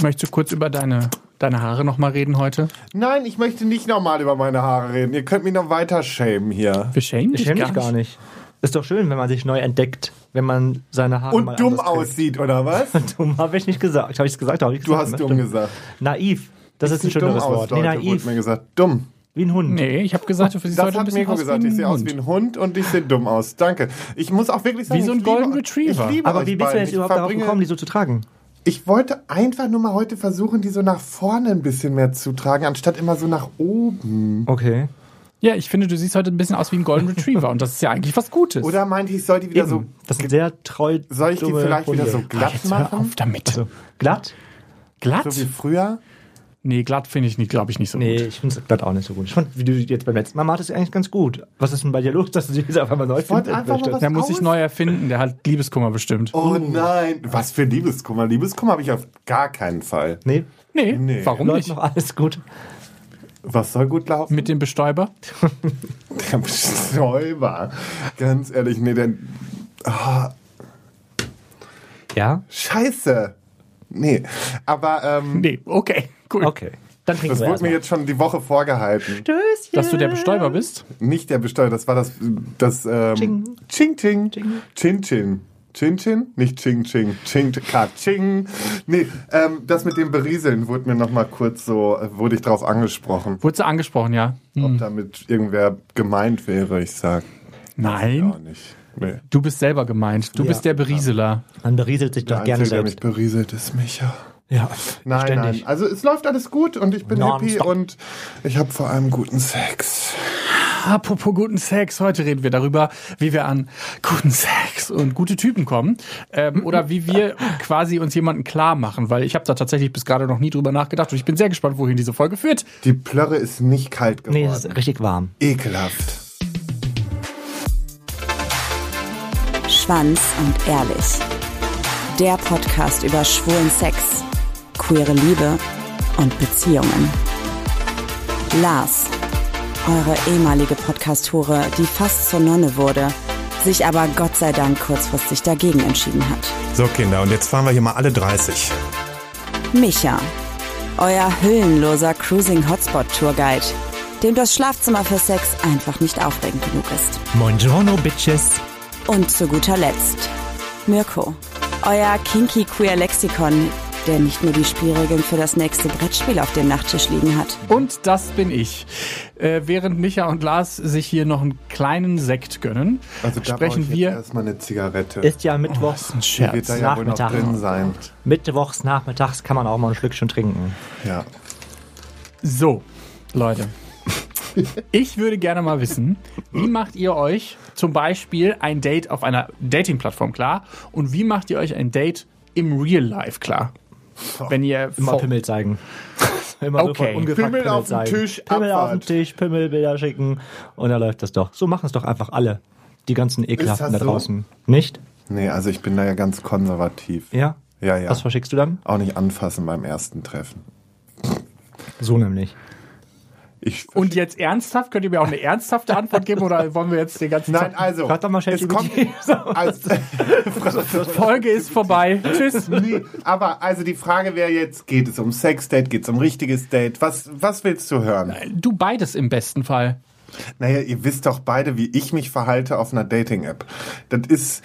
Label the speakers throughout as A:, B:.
A: Möchtest du kurz über deine, deine Haare nochmal reden heute?
B: Nein, ich möchte nicht nochmal über meine Haare reden. Ihr könnt mich noch weiter shamen hier.
A: Wir schämen
C: Ich
A: dich
C: schäme mich gar nicht. Ist doch schön, wenn man sich neu entdeckt, wenn man seine Haare mal
B: Und dumm
C: anders
B: aussieht, oder was?
C: trägt. Dumm habe ich nicht gesagt. Habe ich es gesagt? Hab ich
B: Du
C: gesagt,
B: hast
C: ne?
B: dumm
C: Stimmt.
B: gesagt.
C: Naiv. Das ist ein schöneres Wort. Nee,
B: Leute, wurde
C: naiv.
B: mir gesagt. Dumm.
C: Wie ein Hund.
A: Nee, ich habe gesagt, du siehst
B: Das
A: heute ein
B: hat
A: bisschen
B: Mirko
A: aus
B: gesagt.
A: wie
B: Ich
A: ein
B: sehe aus
A: Hund.
B: wie ein Hund und ich sehe dumm aus. Danke. Ich muss auch wirklich sagen,
A: Wie so ein
B: ich liebe-
A: Golden Retriever.
B: Ich liebe
C: Aber
B: euch
C: wie bist du
B: beiden.
C: jetzt
B: Ich
C: überhaupt darauf
B: verbringe-
C: gekommen, die so zu tragen?
B: Ich wollte einfach nur mal heute versuchen, die so nach vorne ein bisschen mehr zu tragen, anstatt immer so nach oben.
C: Okay.
A: Ja, ich finde, du siehst heute ein bisschen aus wie ein Golden Retriever und das ist ja eigentlich was Gutes.
B: Oder meinte ich, soll die wieder so.
C: Das sind sehr treu.
B: Also, Soll ich die
C: dumme
B: vielleicht wieder
C: Hunde.
B: so glatt
A: Ah, Jetzt hör auf
B: machen? Also,
A: damit.
C: So, glatt?
A: glatt?
B: So wie früher?
A: nee, glatt finde ich nicht, glaube ich, nicht so
C: Nee,
A: gut.
C: ich finde es glatt auch nicht so gut. Ich fand, wie du jetzt beim letzten Mal machtest, eigentlich ganz gut. Was ist denn bei dir los, dass du dich jetzt auf einmal neu
B: wollte
C: findest?
B: einfach mal was-
A: Der muss sich
B: aus?
A: neu erfinden, der hat Liebeskummer bestimmt.
B: Oh nein. Was für Liebeskummer. Liebeskummer habe ich auf gar keinen Fall.
C: Nee,
A: Nee,
B: Nee.
A: warum
C: läuft
A: nicht?
C: noch alles gut.
B: Was soll gut laufen?
A: Mit dem Bestäuber?
B: Der Bestäuber. Ganz ehrlich, nee, denn. ah,
C: Ja?
B: scheiße. Nee. Aber, ähm,
A: Nee, okay, cool.
C: Okay. Dann trinken
B: das
C: wir
B: wurde mir
C: erstmal.
B: jetzt schon die Woche vorgehalten.
C: Stößchen.
A: Dass du der Bestäuber bist?
B: Nicht der Bestäuber, das war das. das ähm,
C: Ching.
B: Ching Ching. Chin Chin. Chin Chin? Nicht Ching Ching. Ching Ka-Ching. Nee, ähm, das mit dem Berieseln wurde mir nochmal kurz so, äh, wurde ich drauf angesprochen.
A: Wurdest du angesprochen, ja?
B: Ob damit irgendwer gemeint wäre, ich sag auch
A: Nein,
B: nicht. Nee.
A: du bist selber gemeint. Du bist der Berieseler.
C: Man berieselt sich doch
B: Der
C: gerne
B: Einzige, der mich
C: selbst.
B: berieselt, ist Micha.
C: Ja.
B: Nein,
C: Ständig.
B: nein. Also es läuft alles gut und ich bin happy
C: Nonstop.
B: und ich habe vor allem guten Sex.
A: Apropos guten Sex, heute reden wir darüber, wie wir an guten Sex und gute Typen kommen. Ähm, oder wie wir quasi uns jemanden klar machen, weil ich habe da tatsächlich bis gerade noch nie drüber nachgedacht und ich bin sehr gespannt, wohin diese Folge führt.
B: Die Plörre ist nicht kalt
C: Nee,
B: geworden.
C: es ist richtig warm.
B: Ekelhaft.
D: Schwanz und ehrlich. Der Podcast über schwulen Sex, queere Liebe und Beziehungen. Lars, eure ehemalige Podcast-Hure, die fast zur Nonne wurde, sich aber Gott sei Dank kurzfristig dagegen entschieden hat.
E: So, Kinder, Genau, und jetzt fahren wir hier mal alle
B: Also,
E: 30.
D: Micha, euer hüllenloser Cruising Hotspot Tourguide, dem das Schlafzimmer für Sex einfach nicht aufregend genug ist.
C: Buongiorno, Bitches.
D: Und zu guter Letzt Mirko, euer kinky queer Lexikon, der nicht nur die Spielregeln für das nächste Brettspiel auf dem Nachttisch liegen hat.
A: Und das bin ich. Äh, während Micha und Lars sich hier noch einen kleinen Sekt gönnen,
B: Also da brauche ich
A: sprechen
B: jetzt
A: wir.
B: erstmal eine Zigarette.
C: Oh, Ist ja Mittwochs.
B: Die wird da ja wohl noch
C: Nachmittag.
B: drin sein.
C: Mittwochs nachmittags kann man auch mal ein Schlückchen trinken.
B: Ja.
A: So, Leute. Ich würde gerne mal wissen, wie macht ihr euch zum Beispiel ein Date auf einer Dating-Plattform klar und wie macht ihr euch ein Date im Real Life klar? Wenn ihr
C: Immer
A: vor-
C: Pimmel zeigen. Immer so
A: Okay.
C: von ungefragt
B: Pimmel auf den
C: zeigen.
B: Tisch,
C: Pimmel auf den
B: Abfahrt.
C: Tisch, Pimmelbilder schicken. Und dann läuft das doch. So machen es doch einfach alle. Die ganzen Ekelhaften
B: Ist
C: da
B: das so?
C: draußen. Nicht?
B: Nee, also ich bin da ja ganz konservativ.
C: Ja?
B: Ja, ja.
C: Was verschickst du dann?
B: Auch nicht anfassen beim ersten Treffen.
C: So nämlich.
B: Ich
A: Und jetzt ernsthaft? Könnt ihr mir auch eine ernsthafte Antwort geben oder wollen wir jetzt den ganzen
B: Nein,
A: Tag-
B: also.
C: Frag doch mal
B: es
C: ChatGPT.
B: kommt als,
A: Folge ist vorbei. Tschüss.
B: nee, aber also die Frage wäre jetzt, geht es um Sexdate, geht es um richtiges Date? Was, was willst du hören?
A: Du beides im besten Fall.
B: Naja, ihr wisst doch beide, wie ich mich verhalte auf einer Dating-App. Das ist.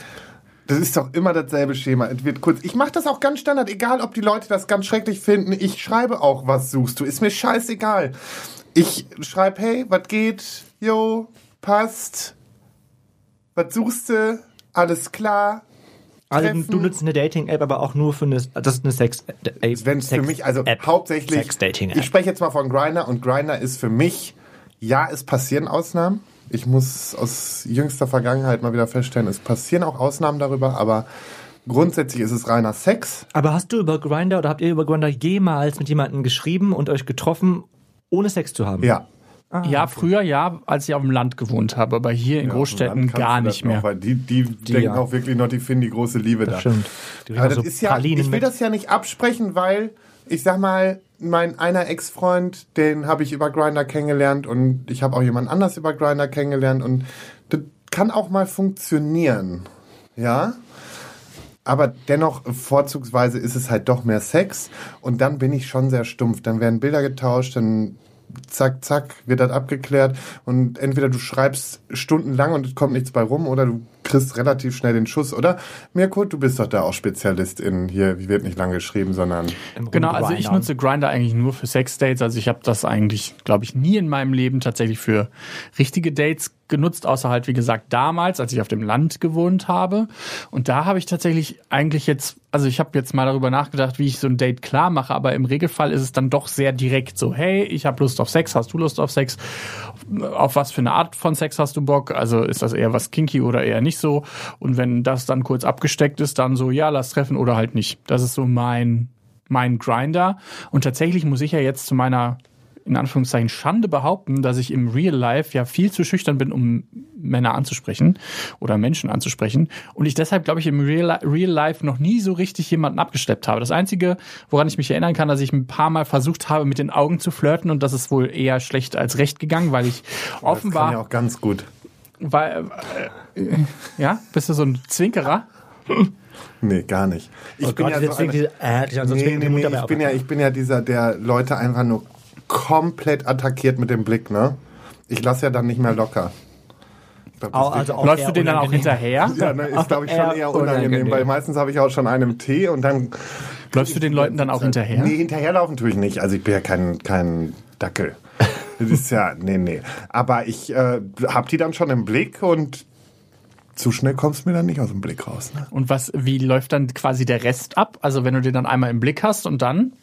B: Das ist doch immer dasselbe Schema. Es wird kurz. Ich mache das auch ganz standard, egal ob die Leute das ganz schrecklich finden. Ich schreibe auch, was suchst du. Ist mir scheißegal. Ich schreibe, hey, was geht? Jo, passt. Was suchst du? Alles klar.
C: Also
B: Treffen.
C: du nutzt eine Dating-App, aber auch nur für eine, das ist eine Sex, äh,
B: Wenn es für
C: Sex-
B: mich, also
C: App.
B: hauptsächlich. Ich
C: Sex-Dating-App.
B: spreche jetzt mal von Grinder und Grinder ist für mich, ja, es passieren Ausnahmen. Ich muss aus jüngster Vergangenheit mal wieder feststellen, es passieren auch Ausnahmen darüber, aber grundsätzlich ist es reiner Sex.
C: Aber hast du über Grinder oder habt ihr über Grinder jemals mit jemandem geschrieben und euch getroffen, ohne Sex zu haben?
B: Ja.
A: ja, früher ja, als ich auf dem Land gewohnt habe, aber hier in Großstädten
B: Also Dann kannst
A: gar
B: du das
A: nicht
B: noch,
A: mehr.
B: weil die, die, denken
C: ja.
B: auch wirklich noch, die finden die große Liebe da.
C: Stimmt. Die
B: Aber
C: riechen
B: das
C: so
B: ist ja,
C: Pralinen
B: ich will
C: mit.
B: das ja nicht absprechen, weil ich sag mal, mein einer Ex-Freund, den habe ich über Grinder kennengelernt und ich habe auch jemand anders über Grinder kennengelernt und das kann auch mal funktionieren. Ja? Aber dennoch, vorzugsweise ist es halt doch mehr Sex. Und dann bin ich schon sehr stumpf. Dann werden Bilder getauscht, dann zack, zack, wird das abgeklärt. Und entweder du schreibst stundenlang und es kommt nichts bei rum oder du kriegst relativ schnell den Schuss, oder? Mirko, du bist doch da auch Spezialist in hier, wie wird nicht lang geschrieben, sondern
C: Im
A: Genau, also ich
C: Rumgrindern.
A: nutze Grinder eigentlich nur für Sex-Dates. Also ich habe das eigentlich, glaube ich, nie in meinem Leben tatsächlich für richtige Dates genutzt, außer halt, wie gesagt, damals, als ich auf dem Land gewohnt habe. Und da habe ich tatsächlich eigentlich jetzt, also ich habe jetzt mal darüber nachgedacht, wie ich so ein Date klar mache, aber im Regelfall ist es dann doch sehr direkt so, hey, ich habe Lust auf Sex, hast du Lust auf Sex? Auf was für eine Art von Sex hast du Bock? Also ist das eher was kinky oder eher nicht so? Und wenn das dann kurz abgesteckt ist, dann so, ja, lass treffen oder halt nicht. Das ist so mein mein Grinder. Und tatsächlich muss ich ja jetzt zu meiner in Anführungszeichen Schande behaupten, dass ich im Real Life ja viel zu schüchtern bin, um Männer anzusprechen oder Menschen anzusprechen. Und ich deshalb, glaube ich, im Real, Li- Real Life noch nie so richtig jemanden abgeschleppt habe. Das Einzige, woran ich mich erinnern kann, dass ich ein paar Mal versucht habe, mit den Augen zu flirten und das ist wohl eher schlecht als recht gegangen, weil ich
B: das kann
A: offenbar,
B: ja auch ganz gut.
A: weil, äh, ja, bist du so ein Zwinkerer?
B: Nee, gar nicht. Ich
C: Oh Gott,
B: einer-
C: jetzt wegen diese- äh, die- sonst
B: nee,
C: wegen
B: nee,
C: dem
B: nee,
C: Mund dabei
B: ich bin ja, ich bin ja dieser, der Leute einfach nur komplett attackiert mit dem Blick, ne? Ich lasse ja dann nicht mehr locker. Ich glaub, das
C: Au-
B: liegt-
C: also auch
A: Läufst
C: eher
A: du denen dann auch
C: unangenehm.
A: hinterher?
B: ja, ne, ist glaube ich schon
C: eher
B: eher unangenehm,
A: unangenehm.
B: weil meistens habe ich auch schon einen im Tee und dann
A: Läufst du den Leuten dann auch hinterher?
B: Also, Nee, hinterherlaufen tue ich nicht. Also ich bin ja kein, kein Dackel. Das ist ja, nee, nee. Aber ich äh, hab die dann schon im Blick und zu schnell kommst du mir dann nicht aus dem Blick raus. Ne?
A: Und was, wie läuft dann quasi der Rest ab? Also wenn du den dann einmal im Blick hast und dann?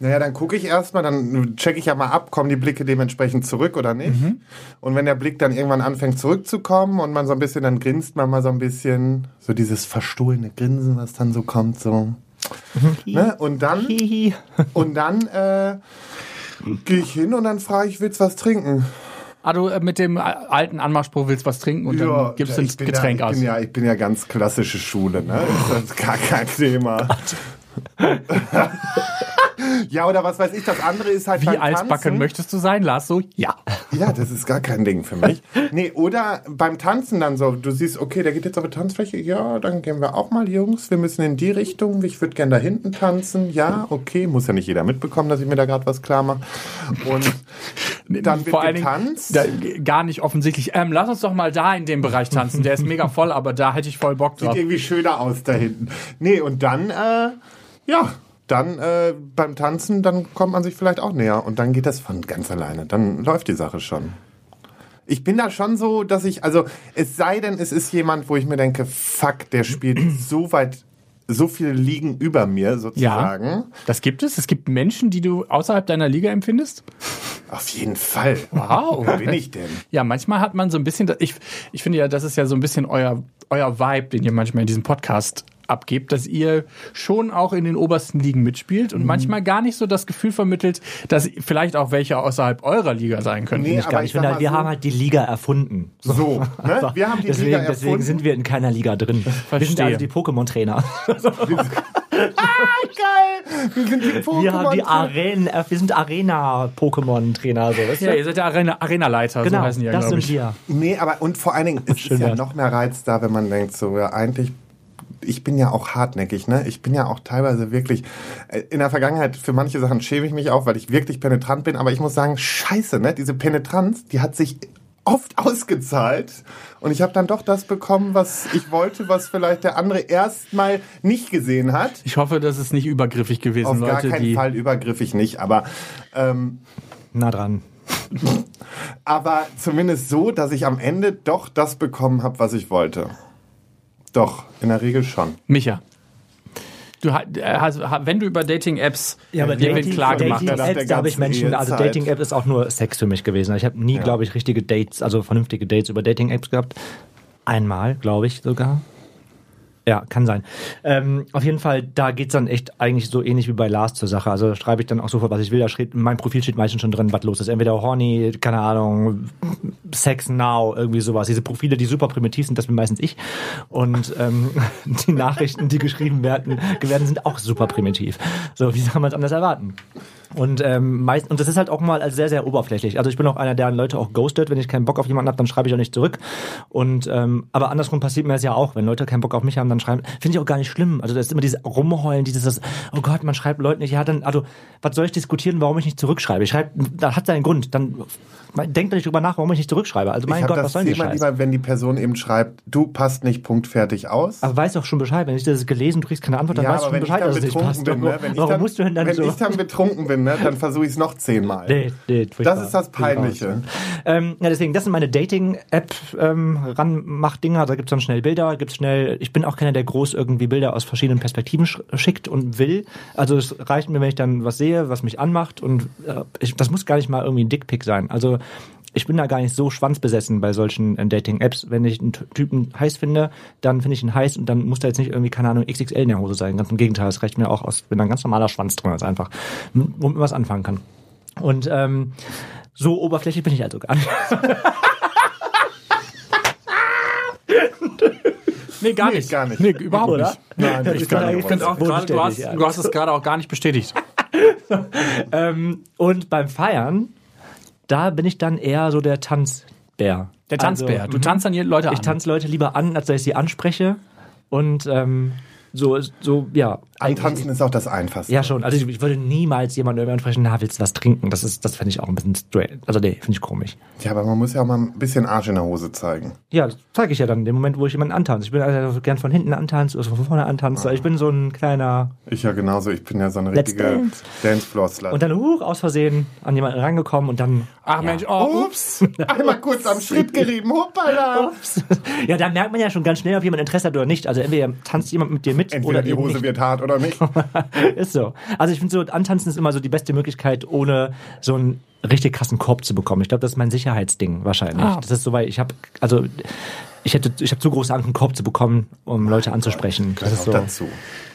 B: Naja, dann gucke ich erstmal, dann checke ich ja mal ab, kommen die Blicke dementsprechend zurück oder nicht.
A: Mhm.
B: Und wenn der Blick dann irgendwann anfängt zurückzukommen und man so ein bisschen, dann grinst man mal so ein bisschen, so dieses verstohlene Grinsen, was dann so kommt, so.
A: Mhm.
B: ne? Und dann,
C: Hihi.
B: und dann äh, gehe ich hin und dann frage ich, willst was trinken?
A: Ah, du äh, mit dem äh, alten Anmachspruch willst was trinken und dann gibst du
B: ich
A: ein
B: bin
A: Getränk
B: ja, ich
A: aus.
B: Bin ja, ich bin ja ganz klassische Schule, ne? Ist das gar kein Thema. ja, oder was weiß ich, das andere ist halt
A: Wie
B: beim
A: altbacken
B: Tanzen.
A: möchtest du sein, Lars? So, ja.
B: Ja, das ist gar kein Ding für mich. Nee, oder beim Tanzen dann so, du siehst, okay, der geht jetzt auf die Tanzfläche, ja, dann gehen wir auch mal, Jungs, wir müssen in die Richtung, ich würde gern da hinten tanzen, ja, okay, muss ja nicht jeder mitbekommen, dass ich mir da gerade was klar mache. Und dann wird
A: Vor allen Dingen
B: getanzt.
A: da, g- gar nicht offensichtlich. Ähm, lass uns doch mal da in dem Bereich tanzen. Der ist mega voll, aber da hätte ich voll Bock drauf.
B: Sieht irgendwie schöner aus da hinten. Nee, und dann, äh, ja, dann äh, beim Tanzen, dann kommt man sich vielleicht auch näher und dann geht das von ganz alleine. Dann läuft die Sache schon. Ich bin da schon so, dass ich, also es sei denn, es ist jemand, wo ich mir denke, fuck, der spielt so weit, so viele liegen über mir sozusagen.
A: Das gibt es. Es gibt Menschen, die du außerhalb deiner Liga empfindest.
B: Auf jeden Fall.
A: Wow.
B: Wer bin ich denn?
A: Ja, manchmal hat man so ein bisschen, ich, ich finde ja, das ist ja so ein bisschen euer, euer Vibe, den ihr manchmal in diesem Podcast abgebt, dass ihr schon auch in den obersten Ligen mitspielt
B: Mhm.
A: und manchmal gar nicht so das Gefühl vermittelt, dass vielleicht auch welche außerhalb eurer Liga sein können.
B: Nee,
A: Finde ich
B: aber
A: gar
B: ich
A: nicht.
C: Ich finde,
B: sag
C: halt,
B: mal
C: wir
B: so-
C: haben halt die Liga erfunden. So.
B: So, ne? wir haben die
C: deswegen,
B: Liga
C: deswegen
B: erfunden.
C: sind wir in keiner Liga drin. Wir sind
A: Verstehe.
C: also die Pokémon-Trainer.
B: geil! Wir sind die Pokémon.
C: Wir haben die Arenen, äh, wir sind Arena-Pokémon-Trainer. So, weißt du?
A: Ja, ihr seid der Arena, Arena-Leiter,
C: genau,
A: so heißen die ja,
C: das
A: glaube ich.
C: sind wir.
B: Nee, aber und vor allen Dingen es ist ja
C: wär's.
B: noch mehr Reiz da, wenn man denkt, so ja, eigentlich, ich bin ja auch hartnäckig, ne? Ich bin ja auch teilweise wirklich, äh, in der Vergangenheit für manche Sachen schäme ich mich auch, weil ich wirklich penetrant bin, aber ich muss sagen, scheiße, ne? Diese Penetranz, die hat sich oft ausgezahlt und ich habe dann doch das bekommen, was ich wollte, was vielleicht der andere erstmal nicht gesehen hat.
A: Ich hoffe, das ist nicht übergriffig gewesen,
B: Auf gar
A: Leute,
B: keinen
A: die.
B: Fall übergriffig nicht, aber ähm,
C: Na dran.
B: aber zumindest so, dass ich am Ende doch das bekommen habe, was ich wollte. Doch, in der Regel schon.
A: Micha. Du, ha- äh, hast, ha- wenn du über Dating-Apps jemanden klar gemacht
B: Dating-
A: hast,
B: nach der
C: Dating-Apps, da habe ich
B: ganzen
C: Menschen, also
B: Ehezeit.
C: Dating-App ist auch nur Sex für mich gewesen. Ich habe nie, glaube ich, richtige Dates, also vernünftige Dates über Dating-Apps gehabt. Einmal, glaube ich sogar. Ja, kann sein. Ähm, auf jeden Fall, da geht's dann echt eigentlich so ähnlich wie bei Lars zur Sache. Also schreibe ich dann auch sofort, was ich will. Da steht, in meinem Profil steht meistens schon drin, was los ist. Entweder horny, keine Ahnung, Sex Now, irgendwie sowas. Diese Profile, die super primitiv sind, das bin meistens ich. Und ähm, die Nachrichten, die geschrieben werden, werden sind auch super primitiv. So, wie soll man es anders erwarten? Und, ähm, meist, und das ist halt auch mal als sehr, sehr oberflächlich. Also ich bin auch einer, der Leute auch ghostet. Wenn ich keinen Bock auf jemanden habe, dann schreibe ich auch nicht zurück. Und ähm, aber andersrum passiert mir das ja auch. Wenn Leute keinen Bock auf mich haben, dann schreiben. Finde ich auch gar nicht schlimm. Also das ist immer dieses Rumheulen, dieses, das, oh Gott, man schreibt Leuten nicht. Ja, dann, also was soll ich diskutieren, warum ich nicht zurückschreibe? Ich schreibe, da hat seinen Grund. Dann denkt doch nicht drüber nach, warum ich nicht zurückschreibe. Also mein
B: ich
C: Gott,
B: habe das
C: was soll denn die
B: Thema
C: Scheiße?
B: lieber, wenn die Person eben schreibt, du passt nicht Punkt fertig aus.
C: Aber weiß doch schon Bescheid, wenn ich das gelesen, du kriegst keine Antwort, Also, dann weißt du schon Bescheid, dass es nicht passt.
B: bin, ne, wenn, ich
C: Warum
B: dann,
C: musst du denn dann
B: wenn
C: so?
B: ich dann betrunken bin, ne, dann versuche ich es noch zehnmal.
C: Nee, nee, furchtbar.
B: das ist das Peinliche.
C: Ähm, ja, deswegen, das sind meine Dating-App-Ranmacht-Dinger. da gibt's dann schnell Bilder, gibt's schnell. Ich bin auch keiner, der groß irgendwie Bilder aus verschiedenen Perspektiven sch schickt und will. Also es reicht mir, wenn ich dann was sehe, was mich anmacht. Und äh, ich, das muss gar nicht mal irgendwie ein Dickpick sein. Also ich bin da gar nicht so schwanzbesessen bei solchen äh, Dating-Apps. Wenn ich einen T- Typen heiß finde, dann finde ich ihn heiß und dann muss da jetzt nicht irgendwie, keine Ahnung, XXL in der Hose sein. Ganz im Gegenteil, es reicht mir auch aus, wenn da ein ganz normaler Schwanz drin ist, einfach, m- womit man was anfangen kann. Und ähm, so oberflächlich bin ich also gar nicht.
A: Nee, gar
B: Nee,
A: nicht.
B: gar nicht.
A: Nee, überhaupt
C: Oder?
A: nicht.
B: Nein,
A: Ich
B: gar
A: finde
B: nicht
A: ich find auch gerade, du hast,
C: Ja.
A: du hast es gerade auch gar nicht bestätigt.
C: Ähm, und beim Feiern, da bin ich dann eher so der Tanzbär.
A: Der Tanzbär.
C: Also,
A: du tanzt dann hier Leute an.
C: ich tanze Leute lieber an, als dass ich sie anspreche. Und ähm, so, ist- so, ja.
B: Antanzen ist auch das Einfachste.
C: Ja, schon. Also ich, ich würde niemals jemanden irgendwie ansprechen, na, willst du was trinken? Das ist, das finde ich auch ein bisschen straight. Also nee, finde ich komisch.
B: Ja, aber man muss ja auch mal ein bisschen Arsch in der Hose zeigen.
C: Ja, das zeige ich ja dann, den Moment, wo ich jemanden antanze. Ich bin also gern von hinten antanzt oder so von vorne antanzt.
A: Ah.
C: Ich bin so ein kleiner
B: Ich ja genauso, ich bin ja so eine
C: Let's
B: richtige
C: dance.
B: Dancefloor-Slut.
C: und dann huch, aus Versehen an jemanden rangekommen und dann Oh.
A: Ach Mensch, oh, ups.
B: Einmal kurz am Schritt gerieben, hoppala!
C: Ja, da merkt man ja schon ganz schnell, ob jemand Interesse hat oder nicht. Also entweder tanzt jemand mit dir mit
B: Entweder
C: oder
B: die
C: eben
B: Hose wird hart oder nicht.
C: nicht. Ist so. Also ich finde so, antanzen ist immer so die beste Möglichkeit, ohne so einen richtig krassen Korb zu bekommen. Ich glaube, das ist mein Sicherheitsding wahrscheinlich.
A: Ah.
C: Das ist so, weil ich habe, also ich hätte, ich habe zu große Angst, einen Korb zu bekommen, um Leute anzusprechen. Das ist
B: Auch
C: so.
B: dazu.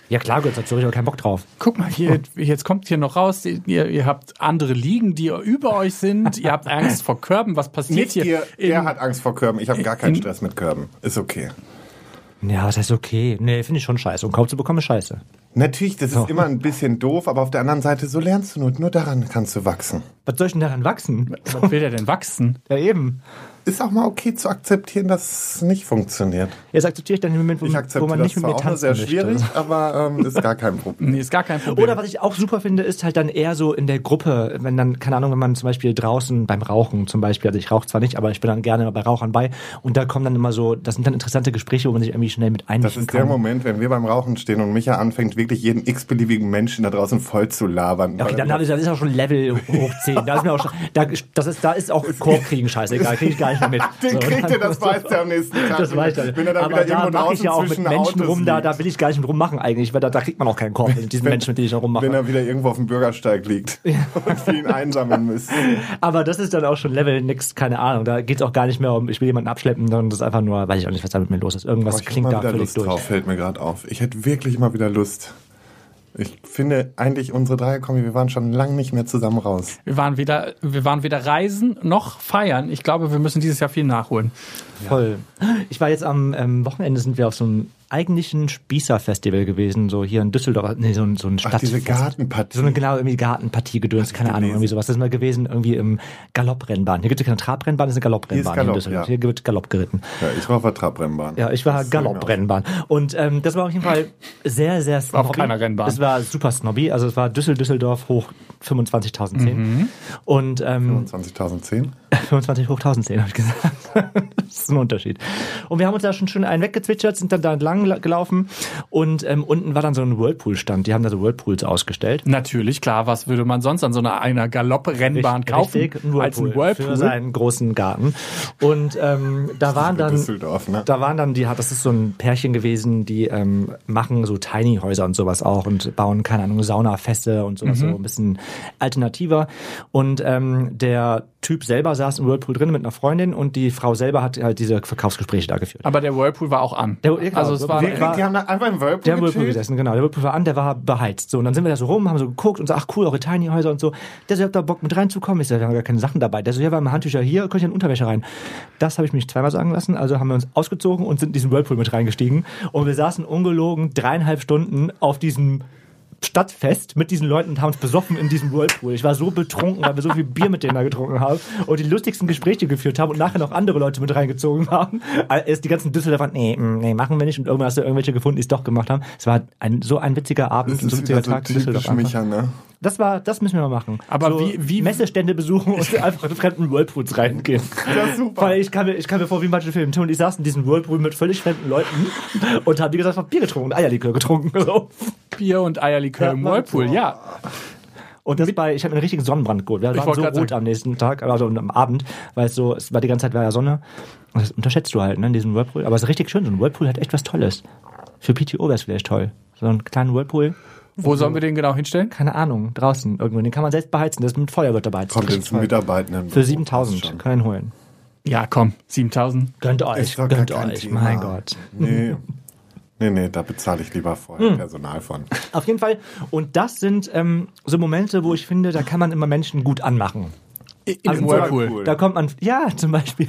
C: Ja klar, gehört dazu, hab ich habe keinen Bock drauf.
A: Guck mal, hier, jetzt kommt hier noch raus, ihr, ihr habt andere Liegen, die über euch sind, ihr habt Angst vor Körben, was passiert
B: Nicht
A: hier?
B: ihr, er
A: in-
B: hat Angst vor Körben. Ich habe gar keinen
A: in-
B: Stress mit Körben. Ist okay.
C: Ja, das ist okay. Nee, finde ich schon scheiße. Und Korb zu bekommen ist scheiße.
B: Natürlich, das ist immer ein bisschen doof, aber auf der anderen Seite, so lernst du nur. Nur daran kannst du wachsen.
C: Was soll ich denn daran wachsen?
A: was will der denn wachsen?
C: Ja eben.
B: Ist auch mal okay zu akzeptieren, dass es nicht funktioniert.
C: Jetzt akzeptiere ich dann den Moment, wo,
B: Ich
C: wo
B: akzeptiere
C: man
B: das
C: nicht mit
B: zwar
C: mir
B: auch nur
C: tanzen
B: sehr
C: möchte.
B: schwierig, aber ähm, ist gar kein Problem.
A: Nee, ist gar kein Problem.
C: Oder was ich auch super finde, ist halt dann eher so in der Gruppe, wenn dann, keine Ahnung, wenn man zum Beispiel draußen beim Rauchen zum Beispiel, also ich rauche zwar nicht, aber ich bin dann gerne bei Rauchern bei und da kommen dann immer so, das sind dann interessante Gespräche, wo man sich irgendwie schnell mit
B: Das
C: einmischen
B: ist der
C: kann.
B: Moment, wenn wir beim Rauchen stehen und Micha anfängt, wirklich jeden x-beliebigen Menschen da draußen voll zu labern.
C: Okay, dann habe ich, das ist auch schon Level hoch 10. Da ist mir auch schon, da, das ist, da ist auch Korb kriegen scheißegal, kriege ich gar nicht mehr mit.
B: den
C: So.
B: kriegt er, das weiß er am nächsten Tag.
C: Das weiß ich dann.
B: Wenn er dann
C: aber
B: wieder
C: da
B: irgendwo
C: mache
B: draußen
C: ich ja auch mit
B: zwischen
C: Menschen
B: Autos
C: rum, da,
B: liegt.
C: da will ich gar nicht mit rummachen eigentlich, weil da, da kriegt man auch keinen Korb mit diesen Menschen, mit denen ich da rummache.
B: Wenn er wieder irgendwo auf dem Bürgersteig liegt und wir ihn einsammeln müssen.
C: Aber das ist dann auch schon Level nix, keine Ahnung. Da geht's auch gar nicht mehr um, ich will jemanden abschleppen, sondern das ist einfach nur, weiß ich auch nicht, was da mit mir los ist. Irgendwas
B: Boah, Oh, ich hab
C: klingt
B: mal
C: da
B: wieder
C: völlig
B: Lust
C: durch.
B: drauf, fällt mir gerade auf. Ich hätte wirklich mal wieder Lust. Ich finde eigentlich unsere Dreierkombi, wir waren schon lange nicht mehr zusammen raus.
A: Wir waren, weder, wir waren weder reisen noch feiern. Ich glaube, wir müssen dieses Jahr viel nachholen.
C: Voll. Ich war jetzt am ähm, Wochenende, sind wir auf so einem eigentlichen Spießer-Festival gewesen, so hier in Düsseldorf, nee, so, ein- so ein
B: Ach,
C: Stadt.
B: diese
C: So eine
B: Gartenpartie.
C: genau irgendwie Gartenpartie gedöns, keine Ahnung, irgendwie sowas. Das ist mal gewesen, irgendwie im Galopprennbahn. Hier gibt es keine Trabrennbahn, das ist eine Galopprennbahn
B: Galopp,
C: in Düsseldorf.
B: ja.
C: Hier wird Galopp geritten.
B: Ja, ich war auf der Trabrennbahn.
C: Ja, ich war
B: Das fällt mir auf.
C: Galopprennbahn. Und ähm, das war auf jeden Fall sehr, sehr snobby.
A: genau. auf keiner Rennbahn.
C: Es war super snobby. Also es war Düssel Düsseldorf hoch 25.010.
A: Mhm.
C: Und ähm,
B: 2010.
C: 25 hoch 1010, habe ich gesagt. das ist ein Unterschied. Und wir haben uns da schon schön einen weggezwitschert, sind dann da entlang la- gelaufen. Und ähm, unten war dann so ein Whirlpool-Stand. Die haben da so Whirlpools ausgestellt.
A: Natürlich, klar, was würde man sonst an so einer, einer Galopprennbahn kaufen
C: Richtig, ein Whirlpool,
A: als ein
C: für
A: Whirlpool?
C: seinen großen Garten. Und ähm, da waren dann
B: Düsseldorf, ne?
C: da waren dann die, das ist so ein Pärchen gewesen, die ähm, machen so Tiny Häuser und sowas auch und bauen keine Ahnung Saunafeste und sowas so ein bisschen alternativer. Und ähm, der Typ selber saß im Whirlpool drin mit einer Freundin und die Frau selber hat halt diese Verkaufsgespräche da geführt.
A: Aber der Whirlpool war auch an.
C: Der- ja, klar.
A: also es war,
C: Wir-
B: Die haben da einfach im Whirlpool,
C: Der hat im Whirlpool
B: gechillt.
C: gesessen, genau. Der Whirlpool war an, der war beheizt. So, und dann sind wir da so rum, haben so geguckt und so, ach cool, eure Tiny-Häuser und so. Der so, ihr habt da Bock mit reinzukommen? Ich so, wir haben gar keine Sachen dabei. Der so, ja, wir haben Handtücher hier, könnt ihr in Unterwäsche rein. Das habe ich mich zweimal sagen lassen. Also haben wir uns ausgezogen und sind in diesen Whirlpool mit reingestiegen. Und wir saßen ungelogen dreieinhalb Stunden auf diesem Stadtfest mit diesen Leuten und haben uns besoffen in diesem Whirlpool. Ich war so betrunken, weil wir so viel Bier mit denen da getrunken haben und die lustigsten Gespräche geführt haben und nachher noch andere Leute mit reingezogen haben. Äh, Erst die ganzen Düsseldorfer, nee, mm, nee, machen wir nicht. Und irgendwann hast du irgendwelche gefunden, die es doch gemacht haben. Es war ein, so ein witziger Abend,
B: Das
C: und so ein
B: ist
C: witziger
B: wieder so
C: Tag in Düsseldorf.
B: typisch
C: einfach.
B: Micha, ne?
C: Das war, das müssen wir mal machen.
A: Aber
C: so
A: wie- wie-
C: Messestände besuchen und einfach in fremden Whirlpools reingehen.
B: Ja, super.
C: Weil ich kann mir, ich kann mir vor wie manche Filme tun. Und ich saß in diesem Whirlpool mit völlig fremden Leuten und haben, wie gesagt, Bier getrunken und Eierlikör getrunken. So.
A: Bier und Eierlikör
C: Ja, also
A: im
C: war
A: Whirlpool,
C: so.
A: ja.
C: Und das bei, ich habe einen richtigen Sonnenbrand geholt. Wir waren
A: wollte
C: so
A: gerade
C: rot
A: sagen.
C: am nächsten Tag, also am Abend, weil es so, es war die ganze Zeit war ja Sonne. Und das unterschätzt du halt, ne, in diesem Whirlpool. Aber es ist richtig schön. So ein Whirlpool hat echt was Tolles. Für PTO wäre es vielleicht toll. So einen kleinen Whirlpool,
A: Wo sollen wir den genau hinstellen?
C: keine Ahnung, draußen irgendwo. Den kann man selbst beheizen. Das ist mit Feuer wird dabei. Das ist
B: Kommt
C: richtig
B: jetzt
C: toll.
B: ein Mitarbeitenden.
C: Für 7000 kann ihn holen.
A: Ja, komm, 7000.
C: Gönnt
B: Ist
C: euch,
B: doch
C: gönnt
B: gar kein
C: euch,
B: Thema.
C: mein Gott. Hm.
B: Nee. Nee, nee, da bezahle ich lieber vorher Personal von.
C: Auf jeden Fall. Und das sind ähm, so Momente, wo ich finde, da kann man immer Menschen gut anmachen.
A: In
C: Also
A: Im Whirlpool.
B: Whirlpool.
C: Da kommt man, ja, zum Beispiel,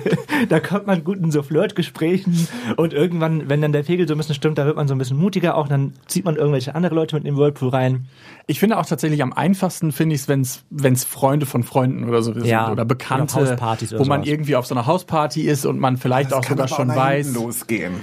C: da kommt man gut in so Flirtgesprächen und irgendwann, wenn dann der Pegel so ein bisschen stimmt, da wird man so ein bisschen mutiger auch, dann zieht man irgendwelche andere Leute mit in den Whirlpool rein.
A: Ich finde auch tatsächlich am einfachsten finde ich es, wenn's wenn's Freunde von Freunden oder so sind
C: Ja,
A: oder Bekannte,
C: oder auf Hauspartys
A: wo
C: oder
A: man
C: sowas.
A: irgendwie auf so einer Hausparty ist und man vielleicht auch sogar schon
B: nach
A: weiß.
B: hinten losgehen.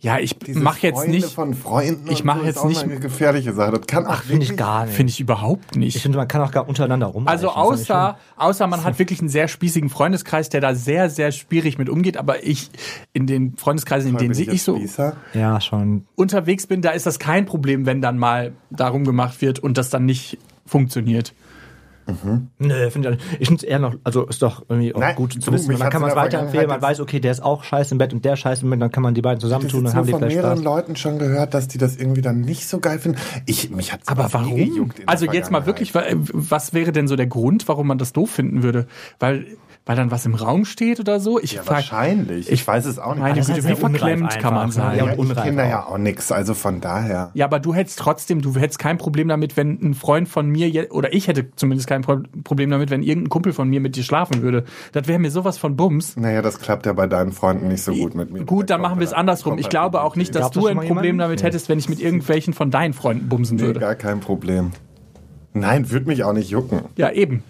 A: Ja, ich
B: Diese
A: mach jetzt
B: Freunde
A: nicht,
B: von Freunden
A: Ich
B: und
A: mach
B: so
A: jetzt
B: ist auch
A: nicht-
B: mal eine gefährliche Sache. Das kann auch
C: Finde
B: wirklich
C: ich gar nicht.
A: finde ich überhaupt
C: Ich
A: nicht.
C: finde, man kann auch gar untereinander rum.
A: Also außer, außer man hat wirklich einen sehr spießigen Freundeskreis, der da sehr, sehr schwierig mit umgeht, aber ich, in den Freundeskreisen, in
B: Bin
A: denen ich, ich
B: jetzt
A: so
B: Spießer?
C: Ja, schon.
A: unterwegs bin, da ist das kein Problem, wenn dann mal darum gemacht wird und das dann nicht funktioniert.
C: Nö, finde ich, ich finde es eher noch, also ist doch irgendwie auch
B: Nein,
C: gut zu
B: du,
C: wissen.
B: mich
C: Und Dann
B: hat's
C: kann man
B: in
C: es
B: der
C: weiterempfehlen, man
B: Vergangenheit
C: weiß, okay, der ist auch scheiße im Bett und der scheiße im Bett, dann kann man die beiden
B: Das
C: zusammentun
B: ist
C: und
B: nur
C: haben die
B: von
C: vielleicht
B: mehreren
C: Spaß.
B: Leuten schon gehört, dass die das irgendwie dann nicht so geil finden. Ich, mich hat's
A: Aber
B: nie
A: warum?
B: gejuckt in der
A: Also jetzt mal wirklich, wa- äh, was wäre denn so der Grund, warum man das doof finden würde? Weil, weil dann was im Raum steht oder so? Ich
B: Ja,
A: frag-
B: wahrscheinlich. Ich weiß es auch nicht.
A: Meine
C: Das ist
A: Güte,
C: halt
A: wie
C: sehr unreif
A: verklemmt kann man
C: einfach, ne?
A: sein?
C: Ja,
A: Ja.
C: und
B: ich
C: unreif
B: kenne da
C: auch.
B: ja auch nichts, also von daher.
A: aber du hättest trotzdem, du hättest kein Problem damit, wenn ein Freund von mir, je- oder ich hätte zumindest kein Pro- Problem damit, wenn irgendein Kumpel von mir mit dir schlafen würde. Das wäre mir sowas von Bums.
B: Naja, das klappt ja bei deinen Freunden nicht so gut mit mir.
A: Gut, dann machen wir es andersrum. Ich glaube auch nicht, dass
C: Gab
A: du
C: das schon
A: ein
C: mal
A: Problem
C: jemanden?
A: damit
C: halt Nee.
A: hättest, wenn ich mit irgendwelchen von deinen Freunden bumsen
B: Nee,
A: würde.
B: gar kein Problem. Nein, würde mich auch nicht jucken.
A: Ja, eben.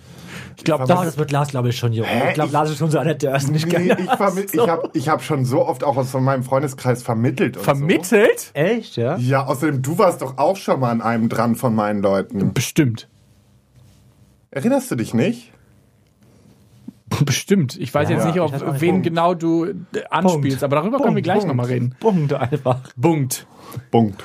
A: Ich glaube,
C: Das,
A: das,
C: das wird Lars, glaube ich, schon hier.
B: Hä?
C: Ich glaube, Lars ist schon so einer, der ist nicht
B: Nee,
C: gerne.
B: ich, vermi- ich habe ich hab schon so oft auch aus von meinem Freundeskreis vermittelt. Und
A: vermittelt?
C: Echt, ja?
B: So. Ja, außerdem, du warst doch auch schon mal an einem dran von meinen Leuten.
A: Bestimmt.
B: Erinnerst du dich nicht?
A: Bestimmt. Ich weiß
C: Ja,
A: jetzt nicht,
C: ich
A: auf
C: weiß auch nicht.
A: wen
C: Punkt.
A: genau du äh, anspielst, aber darüber können wir gleich
C: Punkt.
A: nochmal reden.
C: Punkt einfach.
A: Punkt.
B: Punkt.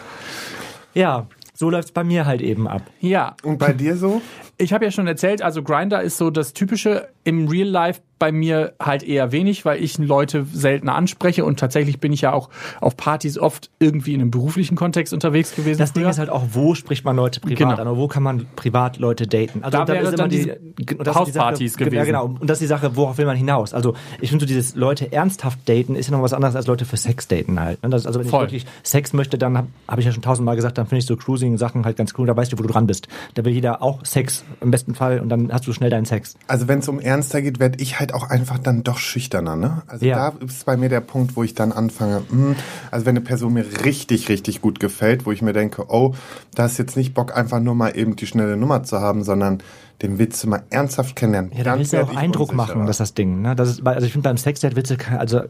C: Ja, so läuft's bei mir halt eben ab.
A: Ja,
B: Und bei dir so?
A: ich habe ja schon erzählt, also Grinder ist so das typische im Real Life bei mir halt eher wenig, weil ich Leute seltener anspreche und tatsächlich bin ich ja auch auf Partys oft irgendwie in einem beruflichen Kontext unterwegs gewesen.
C: Das Ding
A: früher.
C: ist halt auch, wo spricht man Leute privat
A: Genau.
C: an oder wo kann man privat Leute daten? Also
A: Da wäre dann diese
C: und das ist die Sache-
A: Hauspartys gewesen.
C: Ja, genau. Und das ist die Sache, worauf will man hinaus? Also ich finde so dieses Leute ernsthaft daten ist ja noch was anderes als Leute für Sex daten halt. ne? Das ist, also wenn
A: Voll.
C: ich wirklich Sex möchte, dann habe hab ich ja schon tausendmal gesagt, dann finde ich so Cruising-Sachen halt ganz cool. Da weißt du, wo du dran bist. Da will jeder auch Sex im besten Fall und dann hast du schnell deinen Sex.
B: Also wenn es um Ernster geht, werde ich halt auch einfach dann doch schüchterner, ne? Also
C: Ja.
B: da ist bei mir der Punkt, wo ich dann anfange, hm, also wenn eine Person mir richtig, richtig gut gefällt, wo ich mir denke, oh, da ist jetzt nicht Bock, einfach nur mal eben die schnelle Nummer zu haben, sondern den willst du mal ernsthaft kennenlernen.
C: Ja, dann willst du
B: werd
C: auch
B: ich
C: Eindruck
B: unsicherer.
C: machen, dass das Ding, ne? Das ist, weil- also ich finde beim Sexdate willst du kein, also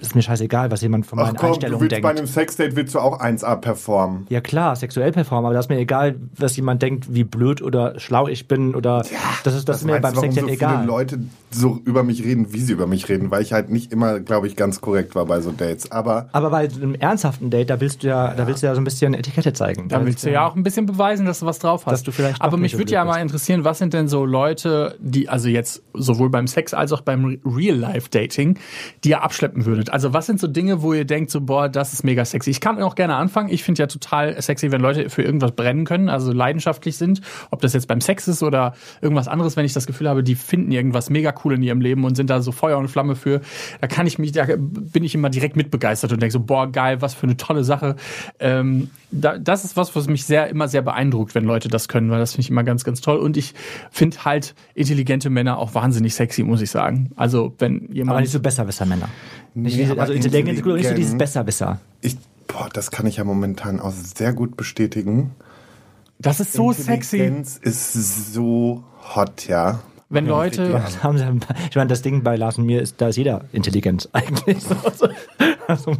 C: ist mir scheißegal, was jemand von
B: Ach
C: meinen
B: komm, du
C: Einstellungen
B: willst bei
C: denkt.
B: einem Sexdate willst du auch 1A performen.
C: Ja klar, sexuell performen, aber das ist mir egal, was jemand denkt, wie blöd oder schlau ich bin oder das ist das ist mir beim
B: warum so
C: Sexdate
B: viele
C: egal.
B: Leute so über mich reden, wie sie über mich reden, weil ich halt nicht immer, glaube ich, ganz korrekt war bei so Dates. Aber
C: aber bei so einem ernsthaften Date, da willst du ja, da willst du ja so ein bisschen Etikette zeigen.
A: Da willst du ja auch ein bisschen beweisen, dass du was drauf hast.
C: Dass du vielleicht doch
A: Aber
C: nicht
A: mich
C: so
A: würde
C: blöd
A: ja mal
C: bist.
A: interessieren, was sind denn so Leute, die, also jetzt sowohl beim Sex als auch beim Real-Life-Dating, die ihr abschleppen würdet? Also was sind so Dinge, wo ihr denkt, so, boah, das ist mega sexy. Ich kann auch gerne anfangen. Ich finde ja total sexy, wenn Leute für irgendwas brennen können, also leidenschaftlich sind. Ob das jetzt beim Sex ist oder irgendwas anderes, wenn ich das Gefühl habe, die finden irgendwas mega cool in ihrem Leben und sind da so Feuer und Flamme für. Da kann ich mich, da bin ich immer direkt mitbegeistert und denke so, boah, geil, was für eine tolle Sache. Ähm, da, das ist was, was mich sehr, immer sehr beeindruckt, wenn Leute das können, weil das finde ich immer ganz, ganz toll. Und ich finde halt intelligente Männer auch wahnsinnig sexy, muss ich sagen. Also, wenn
C: aber
A: jemand.
C: nicht so besserwisser Männer. Nicht
B: Nee,
C: diese,
B: aber
C: also intelligent, ist gut, aber nicht so dieses
B: intelligent.
C: besserwisser.
B: ich, boah, das kann ich ja momentan auch sehr gut bestätigen.
A: Das ist so sexy,
B: Intelligenz ist so hot, ja.
A: wenn Leute.
C: Das Also, haben sie, ich meine, das Ding bei Lars und mir ist, da ist jeder intelligent eigentlich. So, so. Also,